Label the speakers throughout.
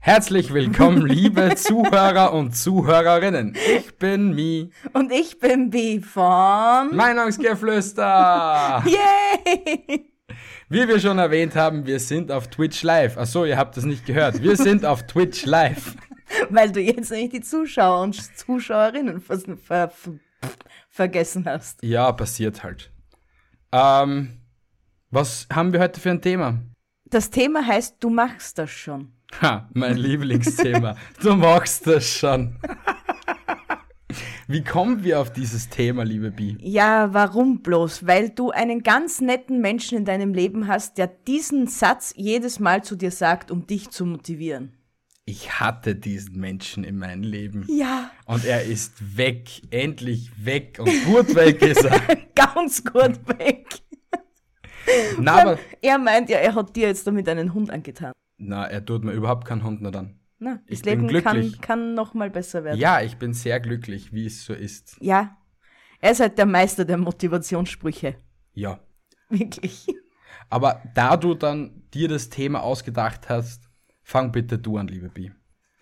Speaker 1: Herzlich willkommen, liebe Zuhörer und Zuhörerinnen. Ich bin Mi.
Speaker 2: Und ich bin B von.
Speaker 1: Meinungsgeflüster.
Speaker 2: Yay!
Speaker 1: Wie wir schon erwähnt haben, wir sind auf Twitch live. Achso, ihr habt das nicht gehört. Wir sind auf Twitch live.
Speaker 2: Weil du jetzt nämlich die Zuschauer und Zuschauerinnen vers ver ver vergessen hast.
Speaker 1: Ja, passiert halt. Ähm, was haben wir heute für ein Thema?
Speaker 2: Das Thema heißt, du machst das schon.
Speaker 1: Ha, mein Lieblingsthema. Du machst das schon. Wie kommen wir auf dieses Thema, liebe Bi?
Speaker 2: Ja, warum bloß? Weil du einen ganz netten Menschen in deinem Leben hast, der diesen Satz jedes Mal zu dir sagt, um dich zu motivieren.
Speaker 1: Ich hatte diesen Menschen in meinem Leben.
Speaker 2: Ja,
Speaker 1: Und er ist weg, endlich weg und gut weg ist er.
Speaker 2: ganz
Speaker 1: Hm.
Speaker 2: gut weg.
Speaker 1: Na, aber,
Speaker 2: Er meint ja, er hat dir jetzt damit einen Hund angetan.
Speaker 1: na, er tut mir überhaupt keinen Hund mehr dann.
Speaker 2: Na, das
Speaker 1: Ich bin
Speaker 2: Leben kann,
Speaker 1: glücklich.
Speaker 2: kann noch mal besser werden.
Speaker 1: Ja, ich bin sehr glücklich, wie es so ist.
Speaker 2: Ja. Er ist halt der Meister der Motivationssprüche.
Speaker 1: Ja.
Speaker 2: Wirklich.
Speaker 1: Aber da du dann dir das Thema ausgedacht hast, fang bitte du an, liebe Bi.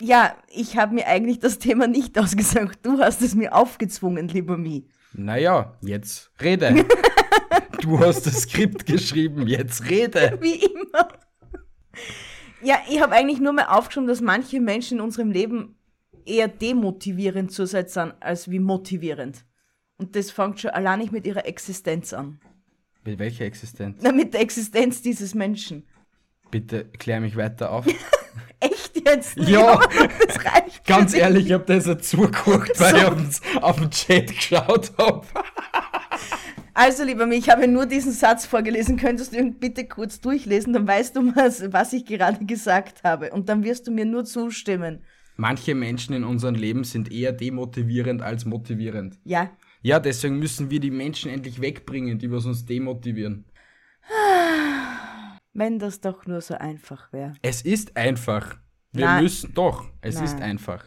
Speaker 2: Ja, ich habe mir eigentlich das Thema nicht ausgesagt. Du hast es mir aufgezwungen, lieber Mi.
Speaker 1: Naja, jetzt rede. du hast das Skript geschrieben, jetzt rede.
Speaker 2: Wie immer. Ja, ich habe eigentlich nur mal aufgeschrieben, dass manche Menschen in unserem Leben eher demotivierend zurzeit sind, als wie motivierend. Und das fängt schon allein nicht mit ihrer Existenz an.
Speaker 1: Mit welcher Existenz?
Speaker 2: Na, mit der Existenz dieses Menschen.
Speaker 1: Bitte klär mich weiter auf.
Speaker 2: Echt jetzt?
Speaker 1: Ja.
Speaker 2: Das reicht.
Speaker 1: Ganz
Speaker 2: für dich.
Speaker 1: ehrlich, ich habe das jetzt zugeguckt, weil ich auf, auf den Chat geschaut habe.
Speaker 2: Also, lieber mich, ich habe nur diesen Satz vorgelesen. Könntest du ihn bitte kurz durchlesen, dann weißt du, was, was ich gerade gesagt habe. Und dann wirst du mir nur zustimmen.
Speaker 1: Manche Menschen in unserem Leben sind eher demotivierend als motivierend.
Speaker 2: Ja.
Speaker 1: Ja, deswegen müssen wir die Menschen endlich wegbringen, die was uns demotivieren.
Speaker 2: Wenn das doch nur so einfach wäre.
Speaker 1: Es ist einfach. Wir
Speaker 2: Nein.
Speaker 1: müssen doch, es ist
Speaker 2: Nein.
Speaker 1: einfach.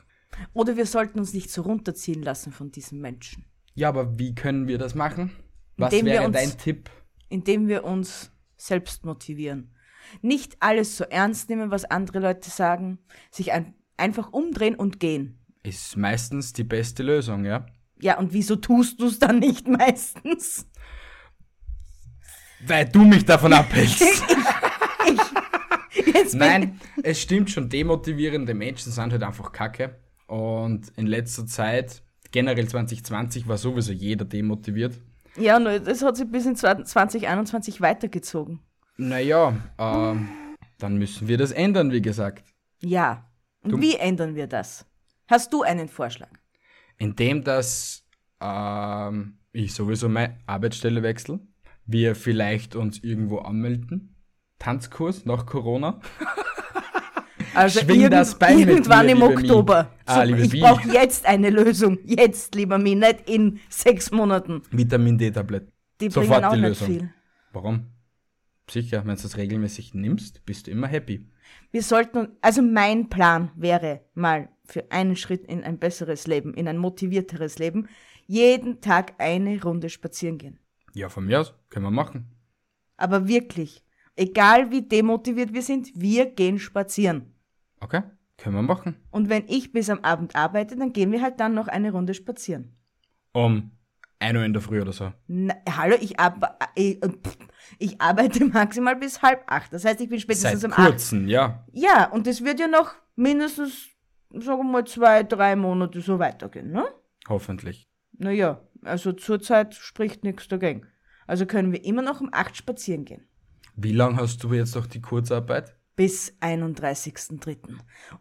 Speaker 2: Oder wir sollten uns nicht so runterziehen lassen von diesen Menschen,
Speaker 1: Ja, aber wie können wir das machen? Was
Speaker 2: Indem wir
Speaker 1: wäre
Speaker 2: uns-
Speaker 1: dein Tipp?
Speaker 2: indem wir uns selbst motivieren. Nicht alles so ernst nehmen, was andere Leute sagen, sich ein, einfach umdrehen und gehen.
Speaker 1: Ist meistens die beste Lösung, ja?
Speaker 2: Ja, und wieso tust du es dann nicht meistens?
Speaker 1: Weil du mich davon abhältst.
Speaker 2: Jetzt bin-
Speaker 1: Nein, es stimmt schon, demotivierende Menschen sind halt einfach kacke. Und in letzter Zeit, generell 2020, war sowieso jeder demotiviert.
Speaker 2: Ja, nur das hat sich bis in 2021 weitergezogen.
Speaker 1: Naja, ähm, dann müssen wir das ändern, wie gesagt.
Speaker 2: Ja. Und wie ändern wir das? Hast du einen Vorschlag?
Speaker 1: Indem, dass ähm, ich sowieso meine Arbeitsstelle wechsle, wir vielleicht uns irgendwo anmelden. Tanzkurs nach Corona.
Speaker 2: Also
Speaker 1: Schwing das Bein mit
Speaker 2: irgendwann
Speaker 1: mir,
Speaker 2: im
Speaker 1: liebe
Speaker 2: Oktober.
Speaker 1: Mi. Ah, liebe Mi.
Speaker 2: ich brauche jetzt eine Lösung. Jetzt, lieber Mi, nicht in sechs Monaten.
Speaker 1: Vitamin D-Tabletten.
Speaker 2: Die
Speaker 1: Sofort
Speaker 2: bringen auch
Speaker 1: die
Speaker 2: nicht
Speaker 1: Lösung.
Speaker 2: viel.
Speaker 1: Warum? Sicher, wenn du das regelmäßig nimmst, bist du immer happy.
Speaker 2: Wir sollten, also mein Plan wäre mal für einen Schritt in ein besseres Leben, in ein motivierteres Leben, jeden Tag eine Runde spazieren gehen.
Speaker 1: Ja, von mir aus, können wir machen.
Speaker 2: Aber wirklich, egal wie demotiviert wir sind, wir gehen spazieren.
Speaker 1: Okay, können wir machen.
Speaker 2: Und wenn ich bis am Abend arbeite, dann gehen wir halt dann noch eine Runde spazieren.
Speaker 1: Um 1 Uhr in der Früh oder so.
Speaker 2: Na, hallo, ich, ab, ich, äh, pff, ich arbeite maximal bis halb acht. Das heißt, ich bin spätestens
Speaker 1: Seit
Speaker 2: um acht.
Speaker 1: kurzem, ja.
Speaker 2: Ja, und das wird ja noch mindestens, sagen wir mal, zwei, drei Monate so weitergehen, ne?
Speaker 1: Hoffentlich.
Speaker 2: Naja, also zurzeit spricht nichts dagegen. Also können wir immer noch um acht spazieren gehen.
Speaker 1: Wie lange hast du jetzt noch die Kurzarbeit?
Speaker 2: bis 31.03.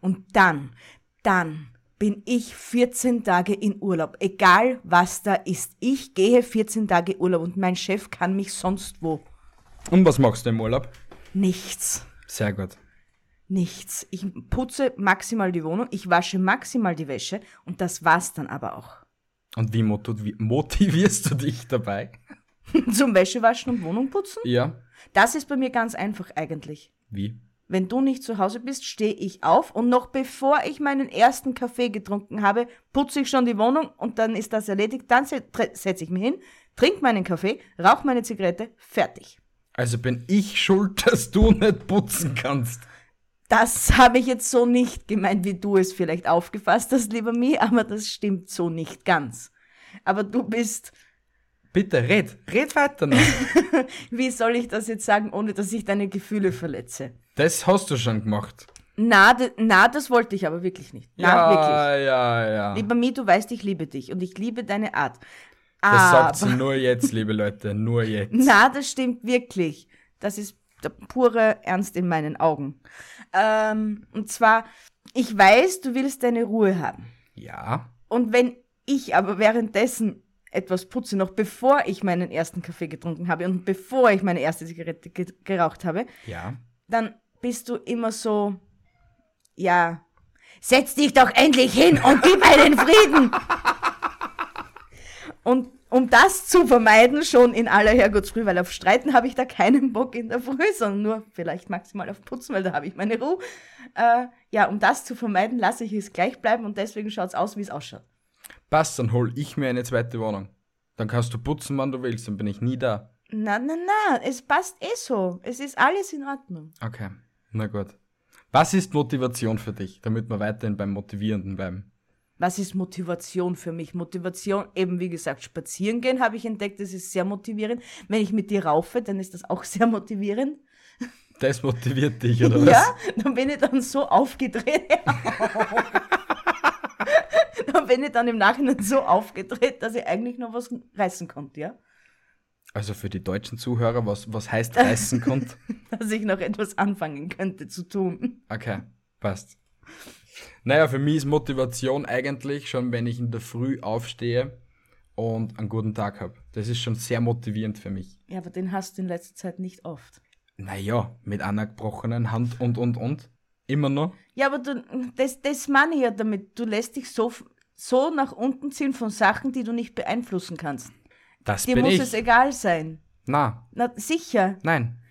Speaker 2: Und dann, dann bin ich 14 Tage in Urlaub, egal was da ist. Ich gehe 14 Tage Urlaub und mein Chef kann mich sonst wo.
Speaker 1: Und was machst du im Urlaub?
Speaker 2: Nichts.
Speaker 1: Sehr gut.
Speaker 2: Nichts. Ich putze maximal die Wohnung, ich wasche maximal die Wäsche und das war's dann aber auch.
Speaker 1: Und wie motiv- motivierst du dich dabei?
Speaker 2: Zum Wäschewaschen und Wohnung putzen?
Speaker 1: Ja.
Speaker 2: Das ist bei mir ganz einfach eigentlich.
Speaker 1: Wie?
Speaker 2: Wenn du nicht zu Hause bist, stehe ich auf und noch bevor ich meinen ersten Kaffee getrunken habe, putze ich schon die Wohnung und dann ist das erledigt. Dann se- tre- setze ich mich hin, trinke meinen Kaffee, rauche meine Zigarette, fertig.
Speaker 1: Also bin ich schuld, dass du nicht putzen kannst.
Speaker 2: Das habe ich jetzt so nicht gemeint, wie du es vielleicht aufgefasst hast, lieber Mi, aber das stimmt so nicht ganz. Aber du bist,
Speaker 1: Bitte red, red weiter noch.
Speaker 2: wie soll ich das jetzt sagen, ohne dass ich deine Gefühle verletze?
Speaker 1: Das hast du schon gemacht.
Speaker 2: Na, d- na, das wollte ich aber wirklich nicht. Na, wirklich.
Speaker 1: ja, ja, ja.
Speaker 2: Lieber Mi, du weißt, ich liebe dich und ich liebe deine Art.
Speaker 1: Das
Speaker 2: Aber,
Speaker 1: sagt sie nur jetzt, liebe Leute, nur jetzt.
Speaker 2: na, das stimmt wirklich. Das ist der pure Ernst in meinen Augen. Ähm, und zwar, ich weiß, du willst deine Ruhe haben.
Speaker 1: Ja.
Speaker 2: Und wenn ich aber währenddessen etwas putze, noch bevor ich meinen ersten Kaffee getrunken habe und bevor ich meine erste Zigarette ge geraucht habe,
Speaker 1: Ja.
Speaker 2: dann bist du immer so, ja, setz dich doch endlich hin und gib einen Frieden. Und um das zu vermeiden, schon in aller Herrgottsfrüh, weil auf Streiten habe ich da keinen Bock in der Früh, sondern nur vielleicht maximal auf Putzen, weil da habe ich meine Ruhe. Äh, ja, um das zu vermeiden, lasse ich es gleich bleiben und deswegen schaut es aus, wie es ausschaut.
Speaker 1: Passt, dann hol ich mir eine zweite Wohnung. Dann kannst du putzen, wann du willst, dann bin ich nie da.
Speaker 2: Na, na, na, es passt eh so. Es ist alles in Ordnung.
Speaker 1: Okay. Na gut. Was ist Motivation für dich, damit wir weiterhin beim Motivierenden bleiben?
Speaker 2: was ist Motivation für mich? Motivation, eben wie gesagt, spazieren gehen habe ich entdeckt, das ist sehr motivierend. Wenn ich mit dir raufe, dann ist das auch sehr motivierend.
Speaker 1: Das motiviert dich, oder was?
Speaker 2: ja, dann bin ich dann so aufgedreht. dann bin ich dann im Nachhinein so aufgedreht, dass ich eigentlich noch was reißen konnte, ja?
Speaker 1: Also für die deutschen Zuhörer, was, was heißt reißen kommt?
Speaker 2: Dass ich noch etwas anfangen könnte zu tun.
Speaker 1: Okay, passt. Naja, für mich ist Motivation eigentlich schon, wenn ich in der Früh aufstehe und einen guten Tag habe. Das ist schon sehr motivierend für mich.
Speaker 2: Ja, aber den hast du in letzter Zeit nicht oft.
Speaker 1: Naja, mit einer gebrochenen Hand und und und. Immer noch.
Speaker 2: Ja, aber du, das, das meine ich ja damit. Du lässt dich so, so nach unten ziehen von Sachen, die du nicht beeinflussen kannst.
Speaker 1: Das
Speaker 2: Dir
Speaker 1: bin
Speaker 2: muss
Speaker 1: ich.
Speaker 2: es egal sein.
Speaker 1: Na,
Speaker 2: Na, sicher.
Speaker 1: nein.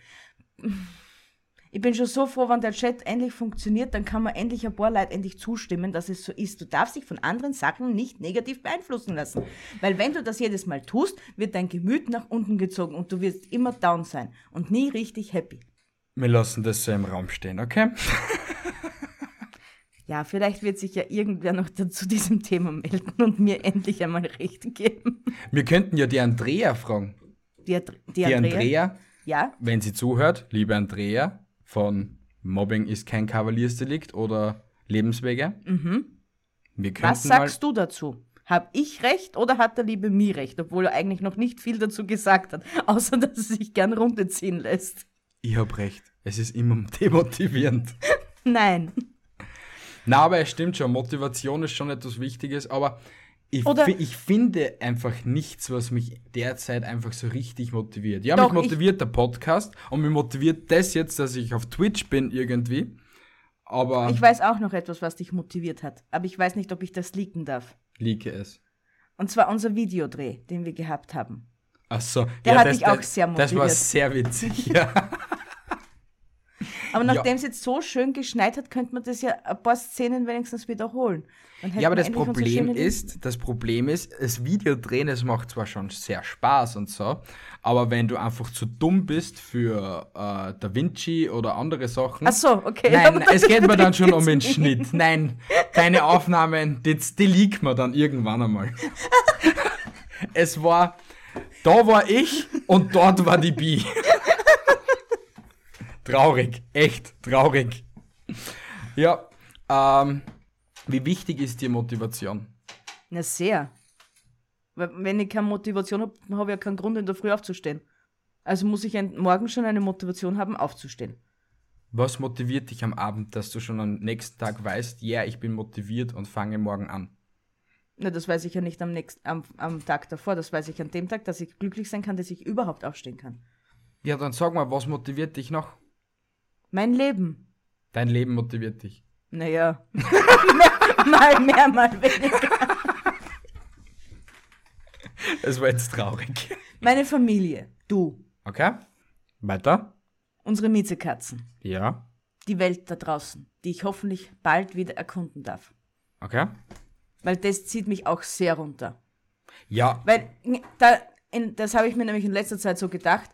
Speaker 2: Ich bin schon so froh, wenn der Chat endlich funktioniert, dann kann man endlich ein paar Leute endlich zustimmen, dass es so ist. Du darfst dich von anderen Sachen nicht negativ beeinflussen lassen. Weil wenn du das jedes Mal tust, wird dein Gemüt nach unten gezogen und du wirst immer down sein und nie richtig happy.
Speaker 1: Wir lassen das so im Raum stehen, okay?
Speaker 2: Ja, vielleicht wird sich ja irgendwer noch zu diesem Thema melden und mir endlich einmal recht geben.
Speaker 1: Wir könnten ja die Andrea fragen.
Speaker 2: Die, Ad- die,
Speaker 1: Die
Speaker 2: Andrea.
Speaker 1: Andrea,
Speaker 2: Ja,
Speaker 1: wenn sie zuhört, liebe Andrea, von Mobbing ist kein Kavaliersdelikt oder Lebenswege. Wir könnten
Speaker 2: Mhm. was sagst du dazu? Hab ich recht oder hat der liebe Mi recht? Obwohl er eigentlich noch nicht viel dazu gesagt hat, außer dass er sich gern runterziehen lässt.
Speaker 1: mal. Ich hab recht. Es ist immer demotivierend.
Speaker 2: Nein.
Speaker 1: Na, aber es stimmt schon. Motivation ist schon etwas Wichtiges, aber ich,
Speaker 2: Oder-
Speaker 1: fi- ich finde einfach nichts, was mich derzeit einfach so richtig motiviert. Ja,
Speaker 2: Doch,
Speaker 1: mich motiviert der Podcast und mich motiviert das jetzt, dass ich auf Twitch bin irgendwie. Aber
Speaker 2: Ich weiß auch noch etwas, was dich motiviert hat, aber ich weiß nicht, ob ich das leaken darf.
Speaker 1: liege es.
Speaker 2: Und zwar unser Videodreh, den wir gehabt haben.
Speaker 1: Achso,
Speaker 2: Der
Speaker 1: ja,
Speaker 2: hat
Speaker 1: das,
Speaker 2: dich auch
Speaker 1: das,
Speaker 2: sehr
Speaker 1: Das war
Speaker 2: motiviert.
Speaker 1: sehr witzig, ja.
Speaker 2: Aber nachdem es jetzt so schön geschneit hat, könnte man das ja ein paar Szenen wenigstens wiederholen. Dann hätten
Speaker 1: ja, aber
Speaker 2: wir
Speaker 1: das
Speaker 2: endlich unsere
Speaker 1: Problem
Speaker 2: schöne
Speaker 1: ist, das Problem ist, das Video drehen, es macht zwar schon sehr Spaß und so, aber wenn du einfach zu dumm bist für äh, Da Vinci oder andere Sachen.
Speaker 2: Ach so, okay.
Speaker 1: Nein,
Speaker 2: Aber das
Speaker 1: es geht mir dann
Speaker 2: betrifft
Speaker 1: schon um
Speaker 2: jetzt
Speaker 1: den
Speaker 2: mich.
Speaker 1: Schnitt. Nein, deine Aufnahmen, die, die liegt mir dann irgendwann einmal. es war, da war ich und dort war die Bi. traurig, echt traurig. Ja, ähm, wie wichtig ist dir Motivation?
Speaker 2: Na sehr. Weil Wenn ich keine Motivation habe, habe ich ja keinen Grund, in der Früh aufzustehen. Also muss ich ein- morgen schon eine Motivation haben, aufzustehen.
Speaker 1: Was motiviert dich am Abend, dass du schon am nächsten Tag weißt, ja, ich bin motiviert und fange morgen an?
Speaker 2: Na, das weiß ich ja nicht am, nächsten, am, am Tag davor. Das weiß ich an dem Tag, dass ich glücklich sein kann, dass ich überhaupt aufstehen kann.
Speaker 1: Ja, dann sag mal, was motiviert dich noch?
Speaker 2: Mein Leben.
Speaker 1: Dein Leben motiviert dich.
Speaker 2: Naja. mal mehr, mal weniger.
Speaker 1: Das war jetzt traurig.
Speaker 2: Meine Familie, du,
Speaker 1: Okay. Weiter.
Speaker 2: unsere Miezekatzen,
Speaker 1: Ja.
Speaker 2: die Welt da draußen, die ich hoffentlich bald wieder erkunden darf.
Speaker 1: Okay.
Speaker 2: Weil das zieht mich auch sehr runter.
Speaker 1: Ja.
Speaker 2: Weil da, in, das habe ich mir nämlich in letzter Zeit so gedacht,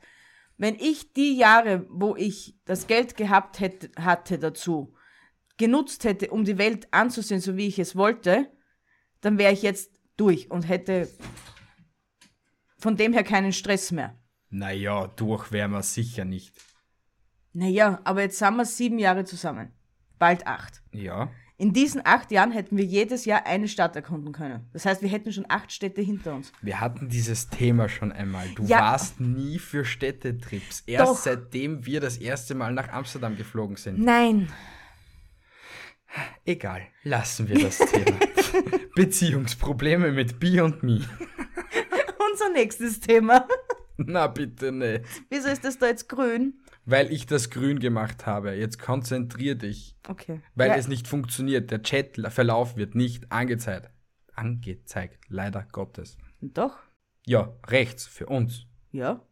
Speaker 2: wenn ich die Jahre, wo ich das Geld gehabt hätte, hatte dazu, genutzt hätte, um die Welt anzusehen, so wie ich es wollte, dann wäre ich jetzt durch und hätte von dem her keinen Stress mehr.
Speaker 1: Naja, durch wären wir sicher nicht.
Speaker 2: Naja, aber jetzt sind wir sieben Jahre zusammen. Bald acht.
Speaker 1: Ja.
Speaker 2: In diesen acht Jahren hätten wir jedes Jahr eine Stadt erkunden können. Das heißt, wir hätten schon acht Städte hinter uns.
Speaker 1: Wir hatten dieses Thema schon einmal. Du
Speaker 2: Ja.
Speaker 1: warst nie für Städtetrips. Erst
Speaker 2: Doch.
Speaker 1: seitdem wir das erste Mal nach Amsterdam geflogen sind.
Speaker 2: Nein.
Speaker 1: Egal, lassen wir das Thema. Beziehungsprobleme mit Bee und Me.
Speaker 2: Unser nächstes Thema.
Speaker 1: Na bitte nicht.
Speaker 2: Wieso ist das da jetzt grün?
Speaker 1: Weil ich das grün gemacht habe. Jetzt konzentrier dich.
Speaker 2: Okay.
Speaker 1: Weil
Speaker 2: ja,
Speaker 1: es nicht funktioniert. Der Chatverlauf wird nicht angezeigt. Angezeigt, leider Gottes.
Speaker 2: Doch.
Speaker 1: Ja, rechts für uns.
Speaker 2: Ja.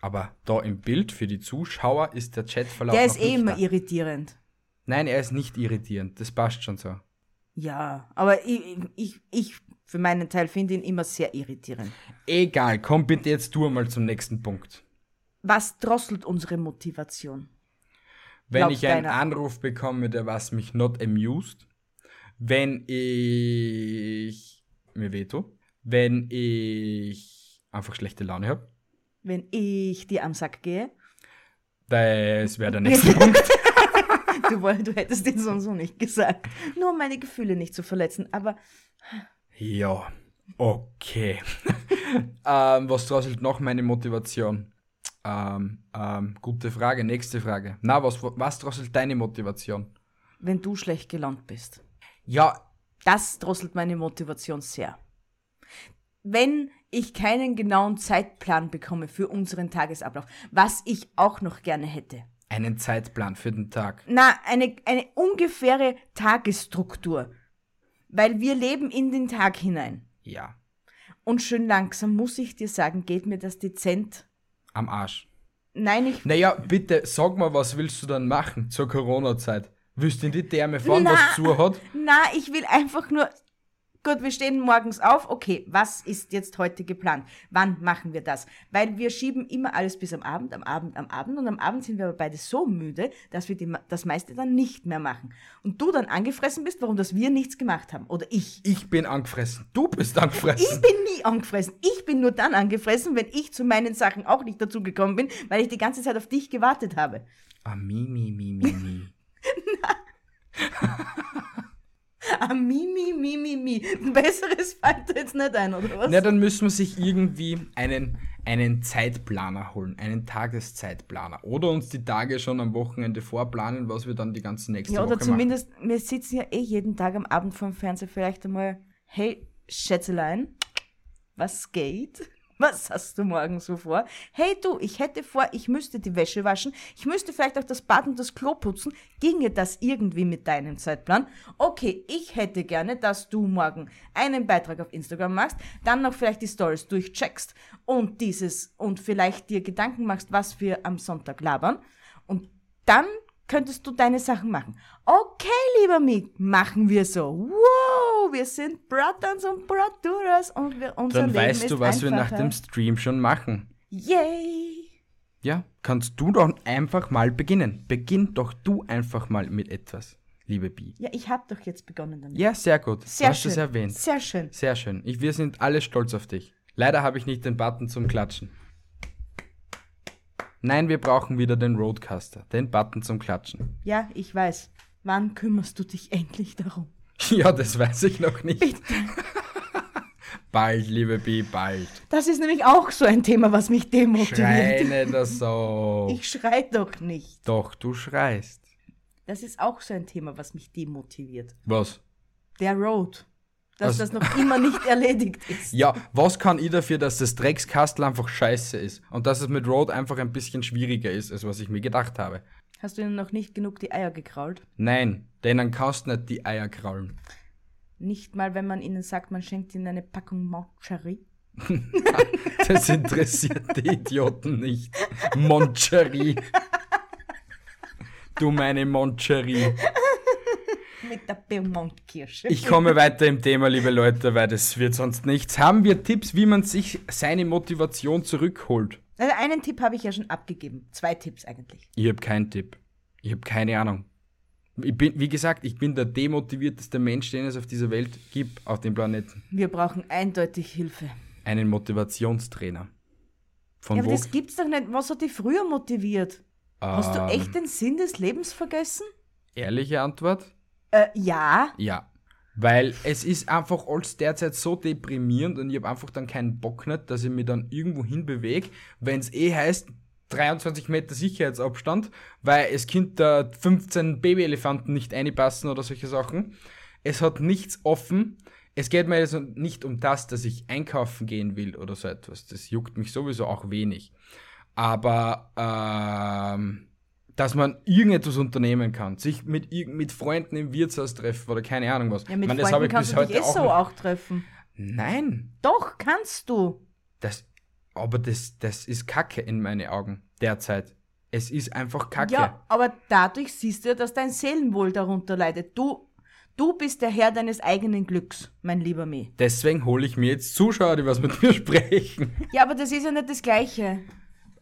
Speaker 1: Aber da im Bild für die Zuschauer ist der Chatverlauf.
Speaker 2: Der
Speaker 1: noch
Speaker 2: ist eh
Speaker 1: nicht
Speaker 2: immer
Speaker 1: da.
Speaker 2: irritierend.
Speaker 1: Nein, er ist nicht irritierend. Das passt schon so.
Speaker 2: Ja, aber ich, ich, ich für meinen Teil finde ihn immer sehr irritierend.
Speaker 1: Egal, komm bitte jetzt du mal zum nächsten Punkt.
Speaker 2: Was drosselt unsere Motivation?
Speaker 1: Wenn
Speaker 2: Laut
Speaker 1: ich einen
Speaker 2: deiner-
Speaker 1: Anruf bekomme, der was mich not amused, wenn ich mir veto, wenn ich einfach schlechte Laune habe,
Speaker 2: Wenn ich dir am Sack gehe,
Speaker 1: das wäre der nächste Punkt.
Speaker 2: du, woll- du hättest den so und so nicht gesagt. Nur um meine Gefühle nicht zu verletzen, aber
Speaker 1: Ja, okay. ähm, was drosselt noch meine Motivation? Ähm, ähm, gute Frage, nächste Frage. Na, was, was drosselt deine Motivation?
Speaker 2: wenn du schlecht gelaunt bist.
Speaker 1: Ja,
Speaker 2: Das drosselt meine Motivation sehr. Wenn ich keinen genauen Zeitplan bekomme für unseren Tagesablauf, was ich auch noch gerne hätte.
Speaker 1: einen Zeitplan für den Tag.
Speaker 2: Na, eine, eine ungefähre Tagesstruktur. Weil wir leben in den Tag hinein.
Speaker 1: Ja,
Speaker 2: Und schön langsam muss ich dir sagen, geht mir das dezent.
Speaker 1: am Arsch.
Speaker 2: Nein, ich.
Speaker 1: Naja, bitte, sag mal, was willst du dann machen zur Corona-Zeit? Willst du in die Therme fahren, was zu hat?
Speaker 2: Na, ich will einfach nur. Gut, wir stehen morgens auf. Okay, was ist jetzt heute geplant? Wann machen wir das? Weil wir schieben immer alles bis am Abend, am Abend, am Abend. Und am Abend sind wir aber beide so müde, dass wir die, ma- das meiste dann nicht mehr machen. Und du dann angefressen bist, warum das wir nichts gemacht haben. Oder ich.
Speaker 1: Ich bin angefressen, du bist
Speaker 2: Ich
Speaker 1: angefressen.
Speaker 2: bin nie angefressen. Ich bin nur dann angefressen, wenn ich zu meinen Sachen auch nicht dazu gekommen bin, weil ich die ganze Zeit auf dich gewartet habe.
Speaker 1: Ah, mi, mi, mi, mi, mi.
Speaker 2: Ah, mi, mi, mi, mi, mi. Ein besseres fällt dir jetzt nicht ein, oder was?
Speaker 1: Na, dann müssen wir sich irgendwie einen, einen Zeitplaner holen, einen Tageszeitplaner. Oder uns die Tage schon am Wochenende vorplanen, was wir dann die ganze nächste
Speaker 2: ja,
Speaker 1: Woche
Speaker 2: oder
Speaker 1: machen.
Speaker 2: zumindest, wir sitzen ja eh jeden Tag am Abend vorm Fernseher vielleicht einmal, hey, Schätzelein, was geht? Was hast du morgen so vor? Hey du, ich hätte vor, ich müsste die Wäsche waschen, ich müsste vielleicht auch das Bad und das Klo putzen. Ginge das irgendwie mit deinem Zeitplan? Okay, ich hätte gerne, dass du morgen einen Beitrag auf Instagram machst, dann noch vielleicht die Stories durchcheckst und dieses und vielleicht dir Gedanken machst, was wir am Sonntag labern. Und dann könntest du deine Sachen machen. Okay, lieber Mick, machen wir so. Wow, wir sind Brothers und Brothers und wir, unser
Speaker 1: Dann
Speaker 2: Leben
Speaker 1: weißt
Speaker 2: ist
Speaker 1: du, was wir nach
Speaker 2: einfacher.
Speaker 1: dem Stream schon machen.
Speaker 2: Yay!
Speaker 1: Ja, kannst du doch einfach mal beginnen. Beginn doch du einfach mal mit etwas, liebe Bi.
Speaker 2: Ja, ich habe doch jetzt begonnen damit.
Speaker 1: Ja, sehr gut.
Speaker 2: Sehr
Speaker 1: du hast
Speaker 2: schön.
Speaker 1: es erwähnt.
Speaker 2: Sehr schön.
Speaker 1: Sehr schön. Ich, wir sind alle stolz auf dich. Leider habe ich nicht den Button zum Klatschen. Nein, wir brauchen wieder den Roadcaster, den Button zum Klatschen.
Speaker 2: Ja, ich weiß. Wann kümmerst du dich endlich darum?
Speaker 1: Ja, das weiß ich noch nicht. bald, liebe Bi, bald.
Speaker 2: Das ist nämlich auch so ein Thema, was mich demotiviert.
Speaker 1: Schreine das so.
Speaker 2: Ich schrei doch nicht.
Speaker 1: Doch, du schreist.
Speaker 2: Das ist auch so ein Thema, was mich demotiviert.
Speaker 1: Was?
Speaker 2: Der Road. Dass
Speaker 1: Also-
Speaker 2: das noch immer nicht erledigt ist.
Speaker 1: Ja, was kann ich dafür, dass das Dreckskastel einfach scheiße ist und dass es mit Road einfach ein bisschen schwieriger ist, als was ich mir gedacht habe?
Speaker 2: Hast du ihnen noch nicht genug die Eier gekrault?
Speaker 1: Nein, denen kannst nicht die Eier kraulen.
Speaker 2: Nicht mal, wenn man ihnen sagt, man schenkt ihnen eine Packung Moncherie.
Speaker 1: Das interessiert die Idioten nicht. Moncherie. Du meine Moncherie.
Speaker 2: Mit der Beaumont-Kirsche.
Speaker 1: Ich komme weiter im Thema, liebe Leute, weil das wird sonst nichts. Haben wir Tipps, wie man sich seine Motivation zurückholt?
Speaker 2: Also einen Tipp habe ich ja schon abgegeben. Zwei Tipps eigentlich.
Speaker 1: Ich habe keinen Tipp. Ich habe keine Ahnung. Ich bin, wie gesagt, ich bin der demotivierteste Mensch, den es auf dieser Welt gibt, auf dem Planeten.
Speaker 2: Wir brauchen eindeutig Hilfe.
Speaker 1: Einen Motivationstrainer. Von
Speaker 2: Ja, aber
Speaker 1: wo?
Speaker 2: das gibt's doch nicht. Was hat die früher motiviert? Hast du
Speaker 1: Ähm,
Speaker 2: echt den Sinn des Lebens vergessen?
Speaker 1: Ehrliche Antwort?
Speaker 2: Äh, ja.
Speaker 1: Ja. Weil es ist einfach alles derzeit so deprimierend und ich habe einfach dann keinen Bock nicht, dass ich mich dann irgendwo hin bewege, wenn es eh heißt, 23 Meter Sicherheitsabstand, weil es Kind der 15 Babyelefanten nicht einpassen oder solche Sachen. Es hat nichts offen. Es geht mir jetzt nicht um das, dass ich einkaufen gehen will oder so etwas. Das juckt mich sowieso auch wenig. Aber ähm, dass man irgendetwas unternehmen kann, sich mit, irg- mit Freunden im Wirtshaus treffen oder keine Ahnung was.
Speaker 2: Ja, mit
Speaker 1: Ich meine, das habe
Speaker 2: Freunden
Speaker 1: ich
Speaker 2: kannst
Speaker 1: bis
Speaker 2: du dich eh
Speaker 1: heute auch
Speaker 2: so
Speaker 1: noch-
Speaker 2: auch treffen.
Speaker 1: Nein,
Speaker 2: Doch, kannst du.
Speaker 1: das, aber das, das ist Kacke in meinen Augen derzeit. Es ist einfach Kacke.
Speaker 2: Ja, aber dadurch siehst du ja, dass dein Seelenwohl darunter leidet. Du, du bist der Herr deines eigenen Glücks, mein lieber Me.
Speaker 1: Deswegen hole ich mir jetzt Zuschauer, die was mit mir sprechen.
Speaker 2: Ja, aber das ist ja nicht das Gleiche.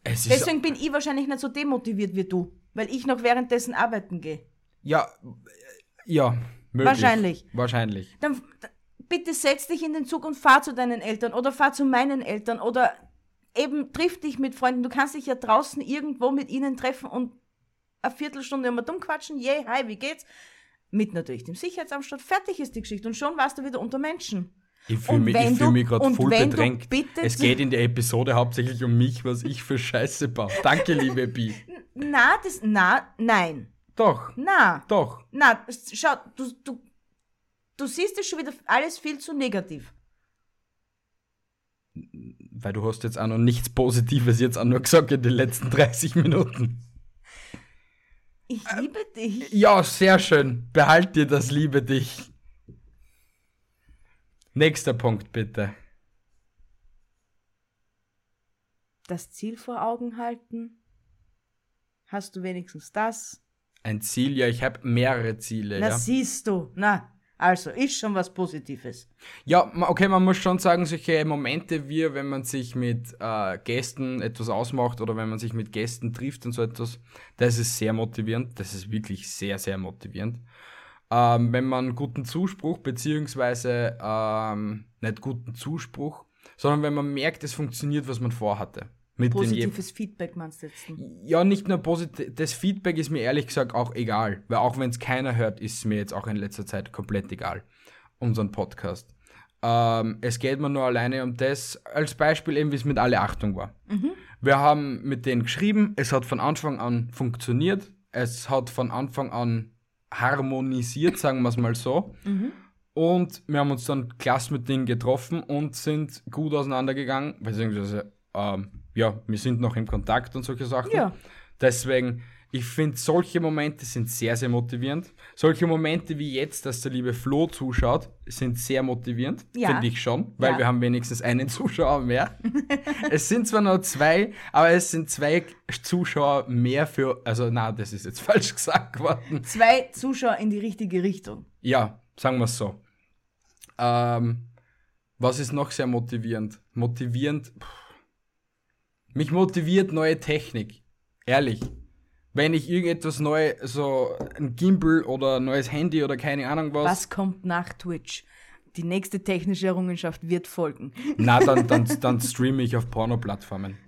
Speaker 1: Es ist
Speaker 2: Deswegen bin ich wahrscheinlich nicht so demotiviert wie du, weil ich noch währenddessen arbeiten gehe.
Speaker 1: Ja, ja, möglich.
Speaker 2: Wahrscheinlich.
Speaker 1: Wahrscheinlich.
Speaker 2: Dann f- d- bitte setz dich in den Zug und fahr zu deinen Eltern oder fahr zu meinen Eltern oder eben triff dich mit Freunden. Du kannst dich ja draußen irgendwo mit ihnen treffen und eine Viertelstunde immer dumm quatschen. Yay, hi, wie geht's? Mit natürlich dem Sicherheitsamstand. Fertig ist die Geschichte und schon warst du wieder unter Menschen.
Speaker 1: Ich fühle
Speaker 2: Und
Speaker 1: mich,
Speaker 2: wenn
Speaker 1: ich fühl
Speaker 2: du-
Speaker 1: mich gerade
Speaker 2: und
Speaker 1: voll
Speaker 2: wenn du
Speaker 1: bedrängt.
Speaker 2: bitte
Speaker 1: Es
Speaker 2: zu-
Speaker 1: geht in der Episode hauptsächlich um mich, was ich für Scheiße baue. Danke, liebe Bi.
Speaker 2: Na, das, na, nein,
Speaker 1: Doch,
Speaker 2: na,
Speaker 1: doch.
Speaker 2: na, s- schau, du, du, du siehst es schon wieder alles viel zu negativ.
Speaker 1: Weil du hast jetzt auch noch nichts Positives jetzt auch nur gesagt in den letzten 30 Minuten.
Speaker 2: Ich liebe dich.
Speaker 1: Ja, sehr schön. Behalt dir das, liebe dich. Nächster Punkt, bitte.
Speaker 2: Das Ziel vor Augen halten. Hast du wenigstens das?
Speaker 1: Ein Ziel, ja, ich habe mehrere Ziele.
Speaker 2: Na,
Speaker 1: ja.
Speaker 2: siehst du. Na, also ist schon was Positives.
Speaker 1: Ja, ma- okay, man muss schon sagen, solche Momente wie, wenn man sich mit äh, Gästen etwas ausmacht oder wenn man sich mit Gästen trifft und so etwas, das ist sehr motivierend. Das ist wirklich sehr, sehr motivierend. Ähm, wenn man guten Zuspruch, beziehungsweise ähm, nicht guten Zuspruch, sondern wenn man merkt, es funktioniert, was man vorhatte. Mit den je-
Speaker 2: Positives Feedback meinst du jetzt? ne?
Speaker 1: ja, nicht nur positiv. Das Feedback ist mir ehrlich gesagt auch egal, weil auch wenn es keiner hört, ist es mir jetzt auch in letzter Zeit komplett egal, unseren Podcast. Ähm, es geht mir nur alleine um das, als Beispiel eben, wie es mit alle Achtung war. Wir haben mit denen geschrieben, es hat von Anfang an funktioniert, es hat von Anfang an harmonisiert, sagen wir es mal so. Und wir haben uns dann klasse mit denen getroffen und sind gut auseinandergegangen, beziehungsweise, ähm, ja, wir sind noch im Kontakt und solche Sachen.
Speaker 2: Ja.
Speaker 1: Deswegen, ich finde, solche Momente sind sehr, sehr motivierend. Solche Momente wie jetzt, dass der liebe Flo zuschaut, sind sehr motivierend.
Speaker 2: Ja.
Speaker 1: Finde ich schon, weil
Speaker 2: Ja.
Speaker 1: wir haben wenigstens einen Zuschauer mehr. es sind zwar nur zwei, aber es sind zwei Zuschauer mehr für, also na, das ist jetzt falsch gesagt worden.
Speaker 2: Zwei Zuschauer in die richtige Richtung.
Speaker 1: Ja, sagen wir es so. Ähm, was ist noch sehr motivierend? Motivierend. Puh. Mich motiviert neue Technik. Ehrlich. Wenn ich irgendetwas neu, so ein Gimbal oder ein neues Handy oder keine Ahnung was.
Speaker 2: Was kommt nach Twitch? Die nächste technische Errungenschaft wird folgen.
Speaker 1: Na, dann, dann, dann streame ich auf Porno-Plattformen.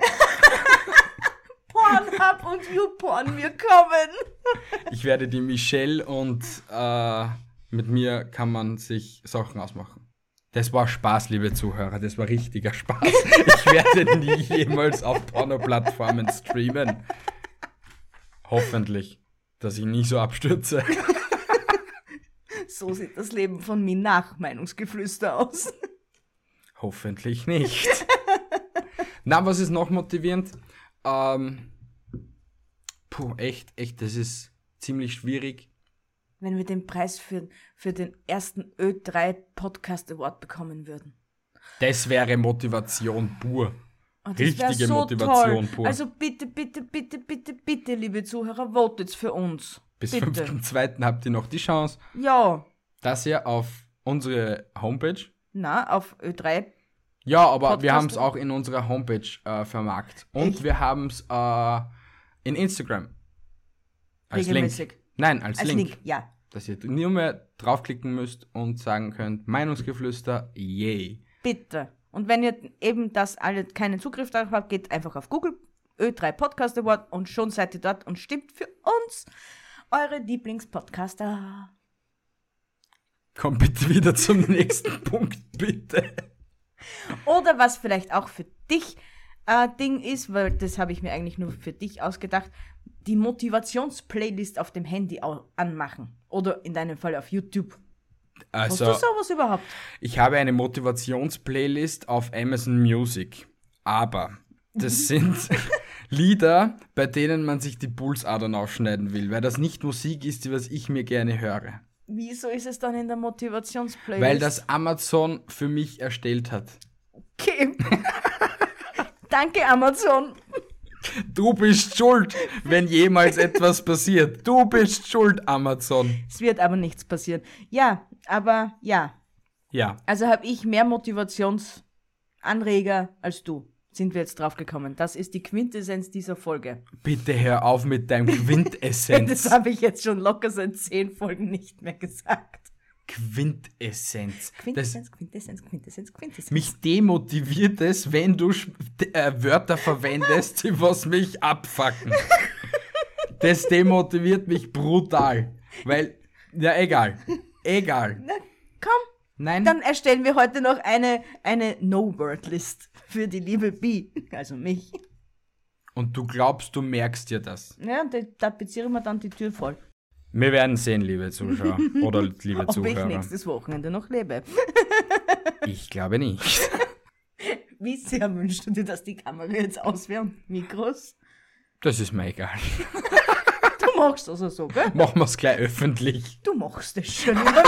Speaker 2: Pornhub und YouPorn, wir kommen.
Speaker 1: Ich werde die Michelle und äh, mit mir kann man sich Sachen ausmachen. Das war Spaß, liebe Zuhörer. Das war richtiger Spaß. Ich werde nie jemals auf Porno-Plattformen streamen. Hoffentlich, dass ich nie so abstürze.
Speaker 2: So sieht das Leben von mir nach Meinungsgeflüster aus.
Speaker 1: Hoffentlich nicht. Na, was ist noch motivierend? Ähm, puh, puh, echt, echt, das ist ziemlich schwierig.
Speaker 2: Wenn wir den Preis für, für den ersten Ö3 Podcast Award bekommen würden.
Speaker 1: Das wäre Motivation pur.
Speaker 2: Oh, das wär
Speaker 1: Richtige Motivation pur.
Speaker 2: Also bitte, bitte, bitte, bitte, bitte, liebe Zuhörer, votet für uns.
Speaker 1: Bis
Speaker 2: bitte.
Speaker 1: 5.2. habt ihr noch die Chance,
Speaker 2: Ja.
Speaker 1: dass ihr auf unsere Homepage,
Speaker 2: Na, auf Ö3.
Speaker 1: ja, aber wir
Speaker 2: Podcast-
Speaker 1: haben es auch in unserer Homepage äh, vermarkt. Und
Speaker 2: Echt?
Speaker 1: wir haben es äh, in Instagram. Als
Speaker 2: Regelmäßig.
Speaker 1: Link. Nein, als,
Speaker 2: Als
Speaker 1: Link.
Speaker 2: Link, ja.
Speaker 1: Dass ihr nur mehr draufklicken müsst und sagen könnt, Meinungsgeflüster, yay.
Speaker 2: Bitte. Und wenn ihr eben das alle keinen Zugriff darauf habt, geht einfach auf Google Ö3 Podcast Award und schon seid ihr dort und stimmt für uns, eure Lieblingspodcaster.
Speaker 1: Komm bitte wieder zum nächsten Punkt, bitte.
Speaker 2: Oder was vielleicht auch für dich äh, Ding ist, weil das habe ich mir eigentlich nur für dich ausgedacht, die Motivationsplaylist auf dem Handy au- anmachen. Oder in deinem Fall auf YouTube. Hast
Speaker 1: Also,
Speaker 2: du sowas überhaupt?
Speaker 1: ich habe eine Motivationsplaylist auf Amazon Music, aber das sind Lieder, bei denen man sich die Pulsadern aufschneiden will, weil das nicht Musik ist, die was ich mir gerne höre.
Speaker 2: Wieso ist es dann in der Motivationsplaylist?
Speaker 1: Weil das Amazon für mich erstellt hat.
Speaker 2: Okay. Danke, Amazon.
Speaker 1: Du bist schuld, wenn jemals etwas passiert. Du bist schuld, Amazon.
Speaker 2: Es wird aber nichts passieren. Ja, aber ja.
Speaker 1: Ja,
Speaker 2: Also habe ich mehr Motivationsanreger als du. Sind wir jetzt draufgekommen. Das ist die Quintessenz dieser Folge.
Speaker 1: bitte hör auf mit deinem
Speaker 2: Das
Speaker 1: Quintessenz.
Speaker 2: habe ich jetzt schon locker seit zehn Folgen nicht mehr gesagt.
Speaker 1: Quintessenz. Das,
Speaker 2: Quintessenz, Quintessenz, Quintessenz, Quintessenz.
Speaker 1: Mich demotiviert es, wenn du sch- d- äh, Wörter verwendest, die was mich abfacken. Das demotiviert mich brutal. Weil, ja, egal. Egal.
Speaker 2: Na, komm,
Speaker 1: Nein,
Speaker 2: dann erstellen wir heute noch eine, eine No-Word-List für die liebe B, also mich.
Speaker 1: und du glaubst, du merkst dir das.
Speaker 2: Ja, da tapezieren wir dann die Tür voll.
Speaker 1: Wir werden sehen, liebe Zuschauer. Oder liebe
Speaker 2: Ob ich
Speaker 1: Zuhörer.
Speaker 2: nächstes Wochenende noch lebe.
Speaker 1: Ich glaube nicht.
Speaker 2: Wie sehr wünschst du dir, dass die Kamera jetzt aus wäre und Mikros?
Speaker 1: Das ist mir egal.
Speaker 2: Du machst also so, gell?
Speaker 1: Machen wir es gleich öffentlich.
Speaker 2: Du machst es schon immer.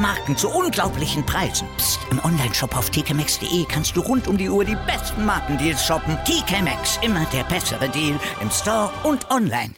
Speaker 3: Marken zu unglaublichen Preisen. Psst. Im Onlineshop auf tkmaxx.de kannst du rund um die Uhr die besten Markendeals shoppen. TK Maxx, immer der bessere Deal im Store und online.